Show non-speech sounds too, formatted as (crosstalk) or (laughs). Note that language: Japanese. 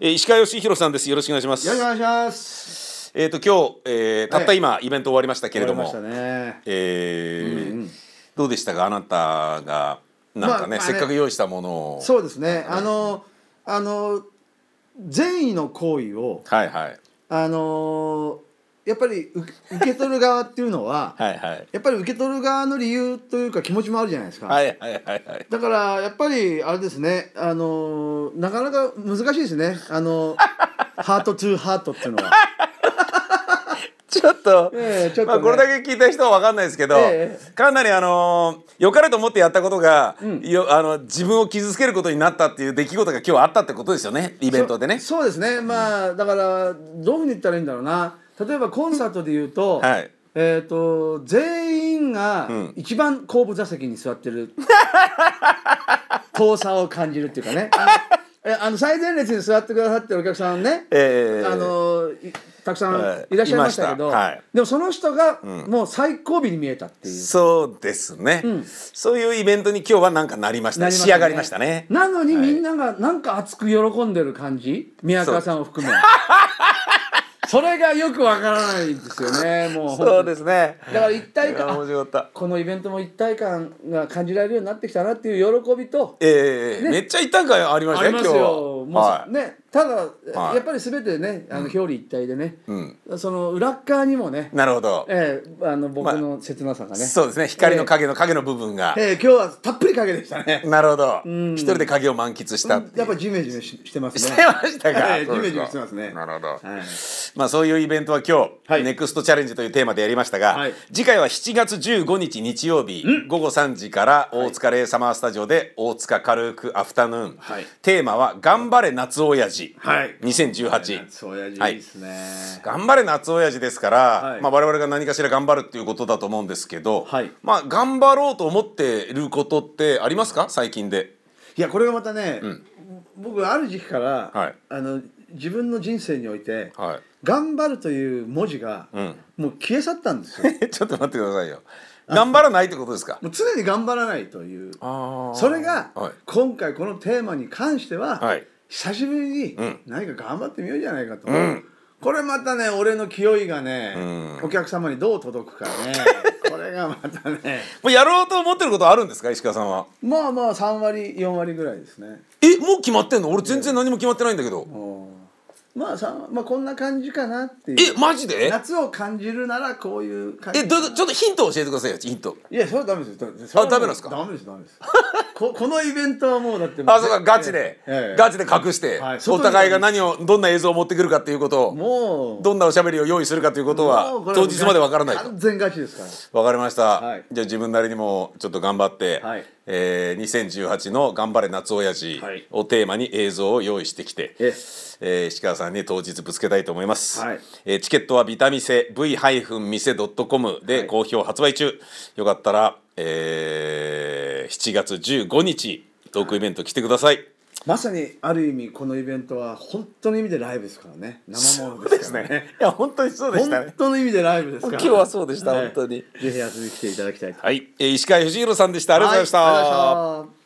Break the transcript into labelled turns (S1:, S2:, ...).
S1: えー石川義弘さんです。よろしくお願いします。
S2: よろしくお願いします。
S1: えっ、と今日、えーたった今、イベント終わりましたけれども、
S2: 終わりましたね。
S1: えー
S2: うんうん
S1: どうでしたかあなたがなんかね、
S2: まあまあね
S1: せっかく用意したものを
S2: そうですね。あのあの善意の行為を
S1: はいはい
S2: あのやっぱり受け受け取る側っていうのは、
S1: はいはい
S2: やっぱり受け取る側の理由というか気持ちもあるじゃないですか。
S1: はいはいはいはい
S2: だからやっぱりあれですね。あのなかなか難しいですね。あのハートトゥーハートっていうのは。
S1: ちょっと,、
S2: ええちょっと
S1: ま
S2: ね
S1: あ、これだけ聞いた人は分かんないですけど、
S2: え
S1: かなりあのー良かれと思ってやったことが、
S2: うん
S1: よあの自分を傷つけることになったっていう出来事が今日あったってことですよねイベントでね。
S2: そそうですね。まあだからどういうふうに言ったらいいんだろうな。例えばコンサートで言うと。
S1: はい
S2: えー、と全員が
S1: ん
S2: 一番後部座席に座って
S1: (laughs)
S2: る、遠さを感じるっていう
S1: (laughs)
S2: かねあのえあの最前列に座ってくださってるお客さんね、
S1: えー
S2: あのいたくさ
S1: は
S2: ん
S1: い
S2: いらっしゃいましたけ
S1: い
S2: ど、
S1: ましたはい
S2: でもその人がもう最後尾に見えたっていう、
S1: そうですね、そういうイベントに今日はなんかなりました
S2: なりました
S1: 仕
S2: ね
S1: 上がりましたね。
S2: なのにみんながなんか熱く喜んでる感じ宮川さんを含め (laughs) それがよくわからないんですよねもう本
S1: そ
S2: 当
S1: う
S2: に
S1: ですね。
S2: だから一
S1: い
S2: 体
S1: や
S2: 感
S1: 面白かった。
S2: このイベントも一体感が感じられるようになってきたなっていう喜びと
S1: ええ
S2: ね
S1: めっちゃ一旦会ありまし
S2: あ
S1: たよ
S2: ります
S1: 今日は。
S2: よもうさ
S1: はい。
S2: ねただ
S1: はい
S2: やっぱり全てねあの表裏一体でね
S1: うん。
S2: その裏っ側にもね
S1: なるほど。
S2: ええあの僕の切なさがね
S1: そうですね。光の影の影の部分が。
S2: ええ今日はたっぷり影でしたね
S1: なるほど。
S2: ん
S1: 一人で影を満喫したっていう。
S2: やっぱジメジメししてます
S1: し
S2: ね
S1: てましたか。
S2: ええ
S1: そうですか
S2: ジメジメしてますね
S1: なるほど。
S2: はい
S1: まあそういうイベントは今日、
S2: はい
S1: ネクストチャレンジというテーマでやりましたが、
S2: はい
S1: 次回は7月15日日曜日午後3時から大塚レイサマースタジオで大塚軽くアフタヌーン、
S2: はい
S1: テーマは頑張れ夏親父、
S2: はい
S1: 2018
S2: そうやじ
S1: はい
S2: いですね
S1: 頑張れ夏親父ですから、
S2: はい
S1: まあ、我々が何かしら頑張るっていうことだと思うんですけど、
S2: はい
S1: まあ頑張ろうと思っていることってありますか最近で
S2: いやこれがまたね僕ある時期から
S1: はい
S2: あの自分の人生において
S1: は
S2: 頑張るという文字が
S1: ん
S2: もう消え去ったんで
S1: (laughs)
S2: すよ
S1: い (laughs) ちょっと待ってくださいよ頑張らないってことですか
S2: もう常に頑張らないという
S1: あー
S2: それが
S1: はい
S2: 今回このテーマに関しては、
S1: はい
S2: 久しぶりに
S1: ん
S2: 何か頑張ってみようじゃないかと、これまたね俺の気負いがね、
S1: ん
S2: お客様にどう
S1: (laughs)
S2: 届くかねこれがまたね
S1: もうやろうと思ってることあるんですか石川さんは
S2: まあまあ3割4割ぐらいですね
S1: えもう決まってんの俺全然何も決まってないんだけど
S2: うんまあ3まあこんな感じかなっていう
S1: えマジで
S2: 夏を感じるならこういう感じ
S1: えどういうことちょっとヒント教えてくださいよヒント
S2: いやそれはダメですよだそれは
S1: あダメなんですか
S2: ダメですダメですこ (laughs) このイベントはもうだっても
S1: あそうかガチで、
S2: ええ
S1: ガチで隠して、
S2: はい
S1: お互いが何をどんな映像を持ってくるかっていうことを
S2: もう
S1: どんなおしゃべりを用意するかということは
S2: もうこれ
S1: 当日までわからないと
S2: 完全勝ちですから
S1: わかりました、
S2: はい
S1: じゃあ自分なりにもちょっと頑張って、
S2: はい
S1: えー2018の「頑張れ夏親父
S2: はい
S1: をテーマに映像を用意してきて、
S2: え
S1: えー石川さんに当日ぶつけたいと思います、
S2: はい
S1: えーチケットはビタミセ V-mise.com で好評発売中、よかったら、えー7月15日トークイベント来てください、
S2: まさにある意味このイベントは本当の意味でライブですからね生ものですからね
S1: いや本当にそうでした
S2: 本
S1: ね
S2: 当の意味でライブですか
S1: 今
S2: ら
S1: 日はそうでした
S2: ね
S1: 本当に
S2: ぜひ遊びに来ていただきたいと
S1: はい、えー石川義弘さんでしたありがとうございました、
S2: はありがとうございました